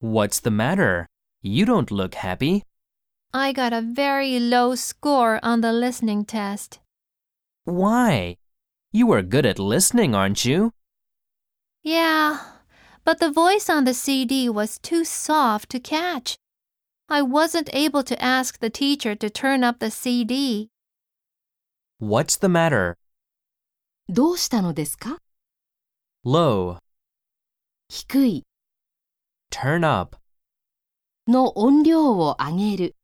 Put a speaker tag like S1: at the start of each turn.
S1: What's the matter? You don't look happy.
S2: I got a very low score on the listening test.
S1: Why? You are good at listening, aren't you?
S2: Yeah, but the voice on the CD was too soft to catch. I wasn't able to ask the teacher to turn up the CD.
S1: What's the matter?
S3: どうしたのですか
S1: Low,
S3: 低い
S1: turn up.
S3: の音量を上げる。